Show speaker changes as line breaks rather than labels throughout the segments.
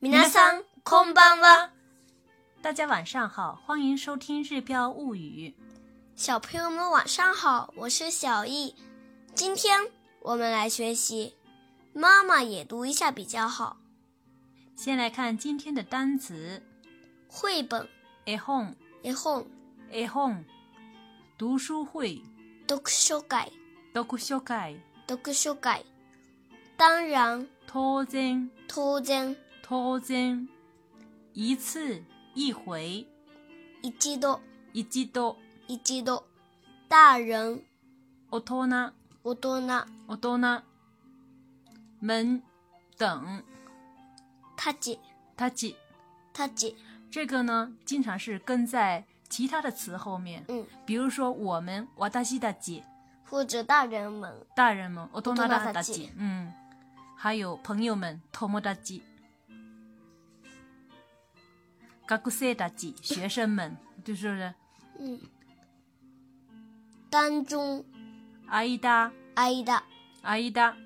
皆さんこんばんは。
大家晚上好，欢迎收听《日标物语》。
小朋友们晚上好，我是小易。今天我们来学习，妈妈也读一下比较好。
先来看今天的单词
绘本、
：a home、
絵本、
a home，读书会、
読書会、
読書会、
読書会。当然、
当然、
当然、
当然、一次、一回、
一度、
一度、
一度。大人、
大人、
大人、
大人、门、等、
たち、
たち。
たち。
这个呢，经常是跟在其他的词后面，
嗯，
比如说我们“わたしだち”。
或者大人们。
大人们，大人
大人
た
た
ち
ち，
嗯，还有朋友们，友達，学生たち，学生们，就是
嗯。当中、
間、
間、
間、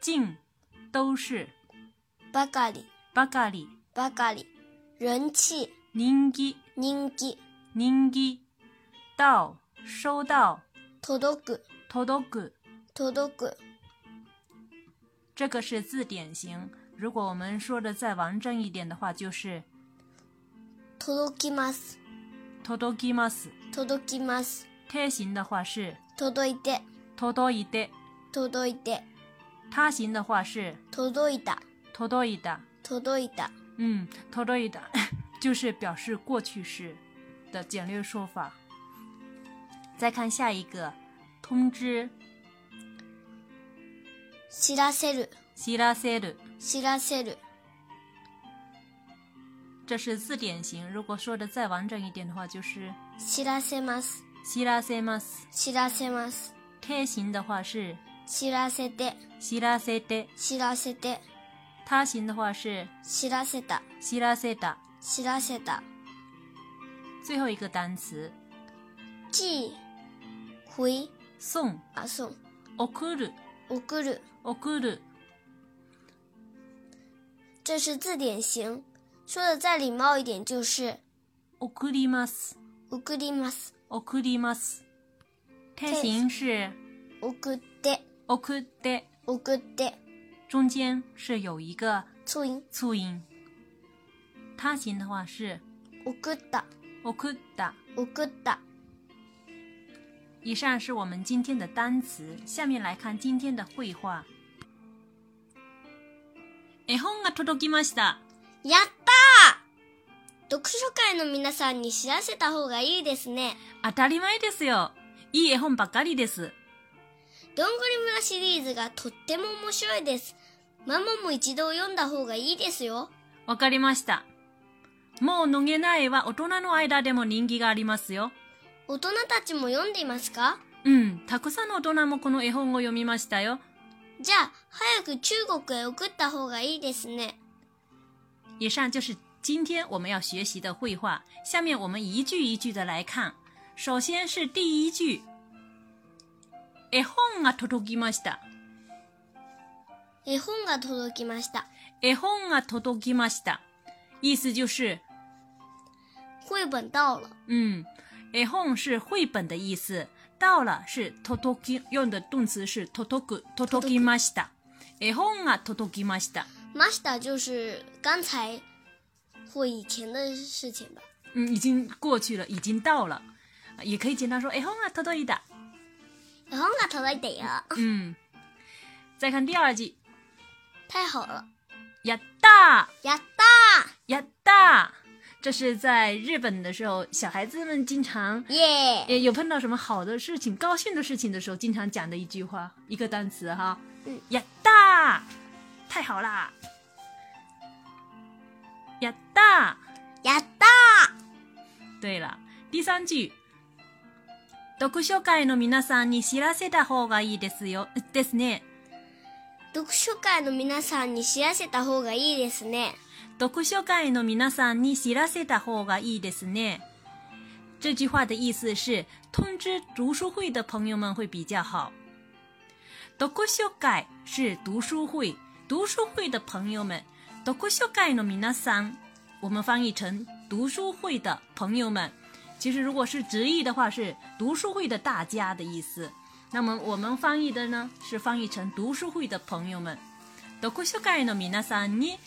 近，都是
ばかり、
ばかり、
ばかり。人气、
人気、
人気、
人気、到、收到、
届く、
届く，
届く。
这个是字典型。如果我们说的再完整一点的话，就是
届きます、
届きます。
届きます。
贴形的话是。
届いて、
届いて。
届いて。
他形的话是
届いた、
届いた。
届いた。
嗯，届いた就是表示过去式的简略说法。再看下一个，通知、
知らせる、
知らせる，
知らせる。
这是字典型。如果说的再完整一点的话，就是
知らせます、
知らせます。
知らせます。
贴形的话是
知らせて、
知らせて，
知らせて。
他形的话是
知らせた、
知らせた。
知らせた。
最后一个单词
ち、ほい、
送、
あ、そう。
送る、
送る。
送る。
这是字典型，说的再礼貌一点就是
送ります。
送ります、
送ります。天形是
送って、
送って，
送って、
中间是有一个
ツイン、
促音。他形的话是
送った、
送った。
送った。
以上是我们今天的单词，下面来看今天的绘画。絵本が届きました。
やったー読書会の皆さんに知らせた方がいいですね。
当たり前ですよ。いい絵本ばかりです。
どんぐり村シリーズがとっても面白いです。ママも一度読んだ方がいいですよ。
わかりました。もう野毛苗は大人の間でも人気がありますよ。
大人たちも読んでいますか
うん、たくさんの大人もこの絵本を読みましたよ。
じゃあ、早く中国へ送った方がいいですね。
以上就是今天我们要学习的绘画。下面我们一句一句的来看。首先是第一句，絵本が届きました。
絵本が届きました。
絵本が届きました。意思就是，
绘本到了。
嗯，絵本是绘本的意思，到了是届き用的动词是届く届きました。絵本が届きました。
ました就是刚才或以前的事情吧。
嗯，已经过去了，已经到了，也可以简单说絵本が届いた。
絵本が届いたよ。
嗯，再看第二句，
太好了，
やったー。
やった
やったー！这是在日本的时候，小孩子们经常
ー耶
也有碰到什么好的事情、高兴的事情的时候，经常讲的一句话、一个单词哈。
嗯，
やったー！太好啦！やった
やった
ー！对了，第三句。読書会の皆さんに知らせた方がいいですよ。です
ー
ね。
読書会の皆さんに知らせた方がいいですね。
読書会の皆さんに知らせた方がいいですね。这句话的意思是通知读书会的朋友们会比较好。読書会是读书会，读书会的朋友们読書会の皆さん，我们翻译成读书会的朋友们。其实如果是直译的话，是读书会的大家的意思。那么我们翻译的呢，是翻译成读书会的朋友们。読書会の皆さんに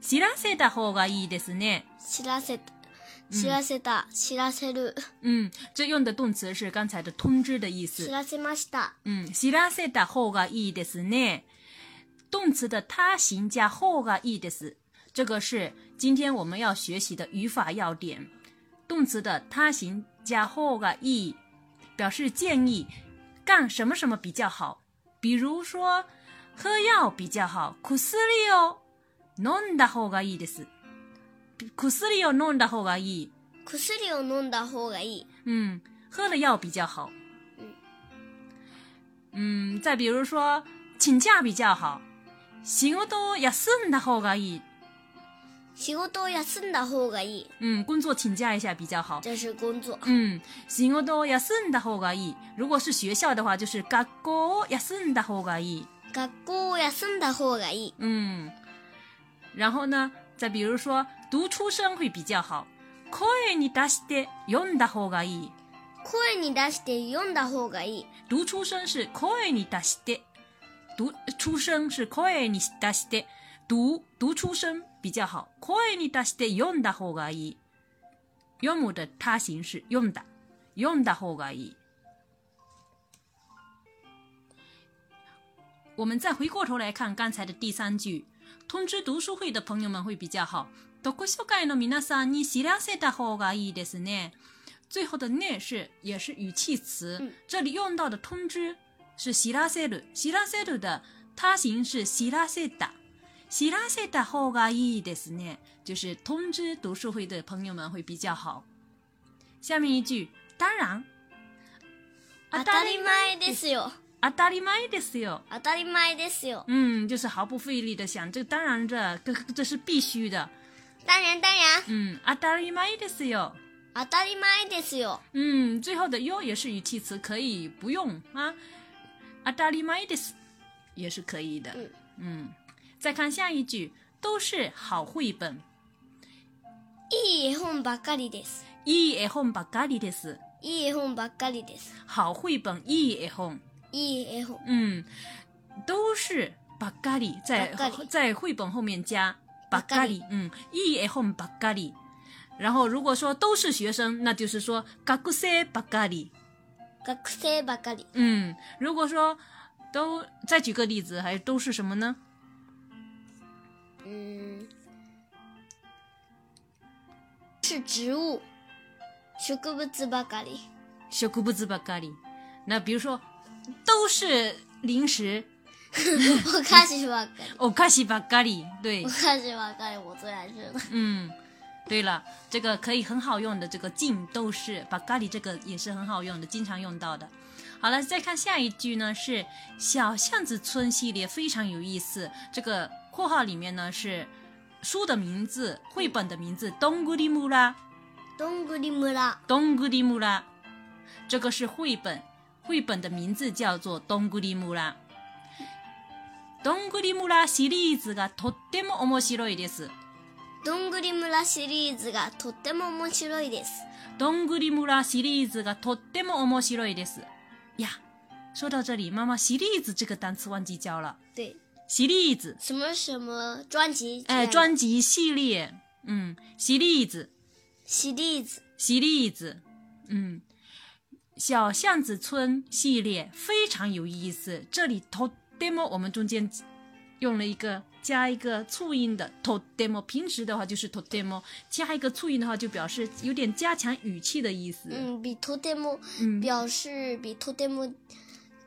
知らせた方がいいですね。
知らせた、知らせた、知らせる、
嗯，这用的动词是刚才的通知的意
知
思。
らせました。
嗯，知らせた方がいいですね。动词的他形加方がいいです，这个是今天我们要学习的语法要点。动词的他形加方がいい，表示建议干什么什么比较好。比如说，喝药比较好，薬を飲んだ哦方がいいです。薬を飲ん哦だ方がいい。
薬を飲んだ方がいい。
嗯，喝了药比较好。嗯，再比如说，请假比较好。仕事を休んだ方がいい。
仕事を休んだ方がいい。
嗯，工作请假一下比较好。
这是工作。
嗯，仕事を休んだ方がいい。如果是学校的话，就是学校を休んだ方がいい。
学校を休んだ方がいい。
嗯，然后呢，再比如说，读出声会比较好。声に出して読んだ方がいい。
声に出して読んだ方がいい。
读出声是声に出して，读出声是声に出して，读读出声比较好。声に出して読んだ方がいい。読む的他形是読んだ，読んだ方がいい。我们再回过头来看刚才的第三句，通知读书会的朋友们会比较好。読書会の皆さんに知らせた方がいいですね。最后的ね是也是语气词，
嗯
这里用到的通知是知らせる，知らせる的他形是知らせた，知らせた方がいいですね，就是通知读书会的朋友们会比较好。下面一句，当然，
当たり前ですよ。
当たり前ですよ。
当たり前ですよ。
嗯，就是毫不费力的想，这当然这这这是必须的。
当然当然。
嗯，当たり前ですよ。
当たり前ですよ。
嗯，最后的よ也是语气词，可以不用啊。当たり前です也是可以的。
嗯
嗯，再看下一句，都是好绘本。
いい絵本ばっかりです。
いい絵本ばかりです。
いい絵本ばっかりです。
好绘本，いい絵本。
いい絵本。
嗯，都是ばかり在
ばっかり
在绘本后面加
ば
ばっ
っ
か
か
り
り，
嗯，いい絵本ばっかり。然后如果说都是学生，那就是说学生ばっかり。
学生ばかり。
嗯，如果说都再举个例子，还都是什么呢？
うーん。是植物。植物ばかり。
小姑不知ばっかり。那比如说都是零食，哦
お菓子ばっかり。
お菓子ばっかり。对
お，菓子ばっかり我最爱吃的。
嗯，对了，这个可以很好用的，这个净都是把咖喱这个也是很好用的，经常用到的。好了，再看下一句呢，是小巷子村系列非常有意思。这个括号里面呢是书的名字、绘本的名字“东古里木拉”，
どんぐり村。
东古里木拉，这个是绘本，绘本的名字叫做东古里木拉。东古里木拉シリーズがとっても面白いです。
どんぐり村シリーズがとっても面白いです。
どんぐり村シリーズがとっても面白いです。いや，说到这里，妈妈“シリーズ”这个单词忘记教了。
对，
シリーズ，
什么什么专辑？
哎，专辑系列，嗯，シリーズ，
シリーズ
シリーズ，嗯，小巷子村系列非常有意思。这里とっても我们中间用了一个加一个促音的とっても，平时的话就是とっても，加一个促音的话就表示有点加强语气的意思。
嗯，比とても
嗯
表示比とても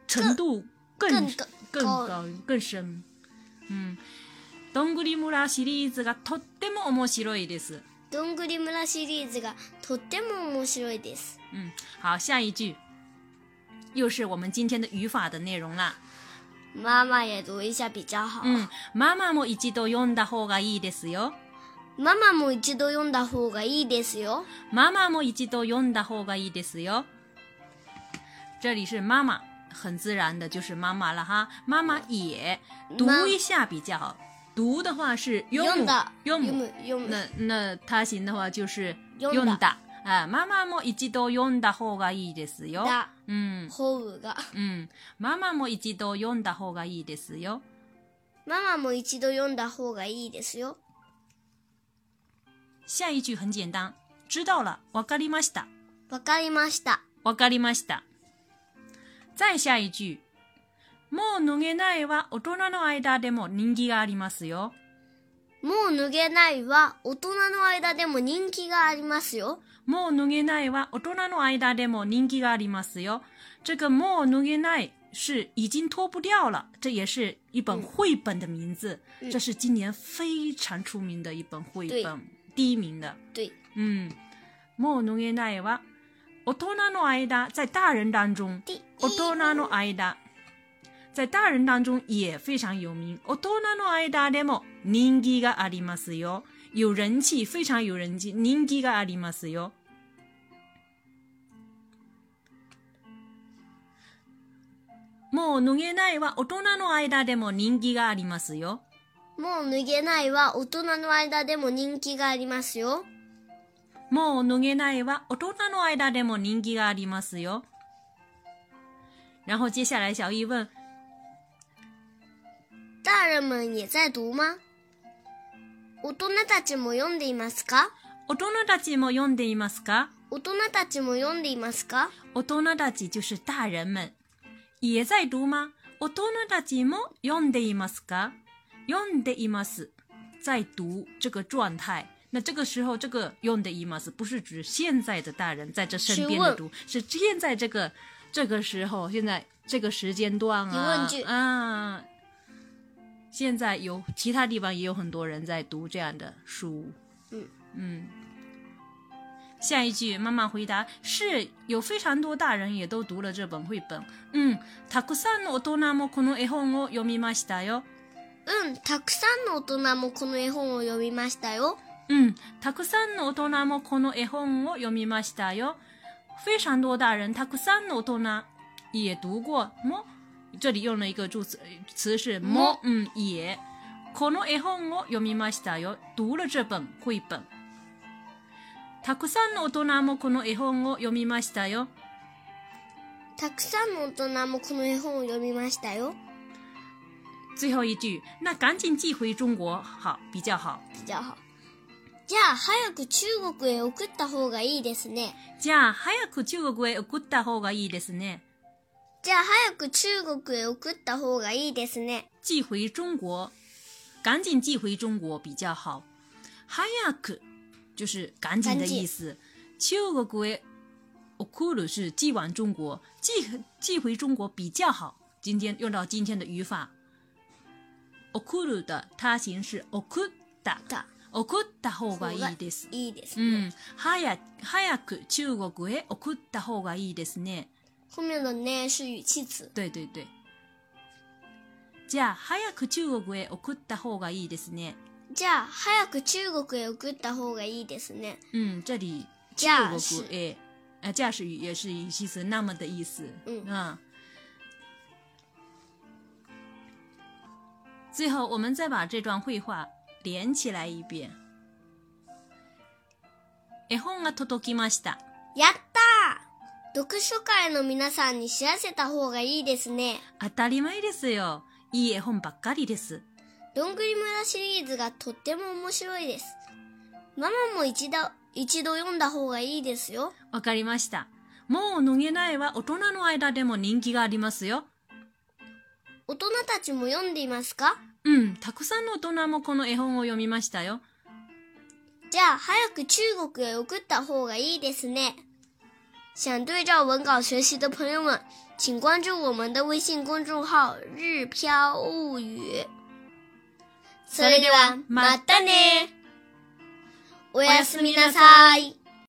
程度更
更高
更高更深。嗯，どんぐり村シリーズがとっても面白いです。
どんぐり村シリーズがとっても面白いです。
嗯，好，下一句又是我们今天的语法的内容啦。
妈妈也读一下比较好。
嗯，ママも一度読んだ方がいいですよ。
ママも一度読んだ方がいいですよ。
ママも一度読んだ方がいいですよ。这里是妈妈，很自然的就是妈妈了哈。妈妈也读一下比较好，读的话是
用的
読む。
用
那那他行的话就是
読んだ
だ。啊，妈妈も一度読んだ方がいいですよ。
だ
嗯
ホウが
嗯，妈妈も一度読んだ方がいいですよ。
妈妈も一度読んだ方がいいですよ。
下一句很简单，知道了，わかりました。
わかりました。
わかりました。再下一句。もう脱げないは大人の間でも人気がありますよ。
もう脱げないは大人の間でも人気がありますよ。
もう脱げないは大人の間でも人気がありますよ。这个もう脱げない是已经脱不掉了，这也是一本绘本的名字，
嗯
这是今年非常出名的一本绘本，第一名的。
对，
嗯，もう脱げないは大人の間，在大人当中。
第一
大人の間，在大人当中也非常有名。大人の間でも人気がありますよ，有人气，非常有人气，人気がありますよ。もう脱げないは大人の間でも人気がありますよ。
もう脱げないは大人の間でも人気がありますよ。
もう脱げないは大人の間でも人気がありますよ。然后接下来小易问。
大人们也在读吗？大人たちも読んでいますか？
大人たちも読んでいますか
大人たちも読んでいますか？
大人たち就是大人们。也在读吗？大人たちも読んでいますか？読んでいます，在读这个状态。那这个时候，这个用的います不是指现在的大人在这身边的读，是现在这个这个时候，现在这个时间段
疑
啊
问句
啊。现在有其他地方也有很多人在读这样的书。
嗯
嗯。下一句，妈妈回答是有非常多大人也都读了这本绘本。嗯，たくさんの大人もこの絵本を読みましたよ。
うん、たくさんの大人もこの絵本を読みましたよ。
嗯，たくさんの大人もこの絵本を読みましたよ。非常多大人，たくさんの大人也读过も。这里用了一个助词，词是
も，
も嗯，也。この絵本を読みましたよ。读了这本绘本。たくさんの大人もこの絵本を読みましたよ。
たくさんの大人もこの絵本を読みましたよ。
最后一句，那赶紧寄回中国好比较好。
じゃあ、じゃあ早く中国へ送った方がいいですね。
じゃあ早く中国へ送った方がいいですね。
じゃあ早く中国へ送った方がいいですね。
寄回中国，赶紧寄回中国比较好。早く就是赶紧的意思。中国へ送る是寄往中国，寄寄回中国比较好。今天用到今天的语法。送る的他形是送った，
だ、
送った方がいいです。嗯
いいです
う
ね。
ん、早早く中国へ送った方がいいですね。
后面的呢是语气词。
对对对。じゃあ早く中国へ送った方がいいですね。
じゃあ早く中国へ送った方がいいですね。
嗯，这里
じゃあ
中
是
国へ，啊，驾驶语也是语气词“那么”的意思。
嗯
最后，我们再把这段绘画连起来一遍。絵本が届きました。
やったー読書会の皆さんに知らせた方がいいですね。
当たり前ですよ。いい絵本ばっかりです。
どんぐり村シリーズがとっても面白いです。ママも一度、一度読んだ方がいいですよ。
わかりました。もう脱げないは大人の間でも人気がありますよ。
大人たちも読んでいますか
うん、たくさんの大人もこの絵本を読みましたよ。
じゃあ早く中国へ送った方がいいですね。想对照文稿学习的朋友们，请关注我们的微信公众号“日飘物语”。それではまたね。おやすみなさい。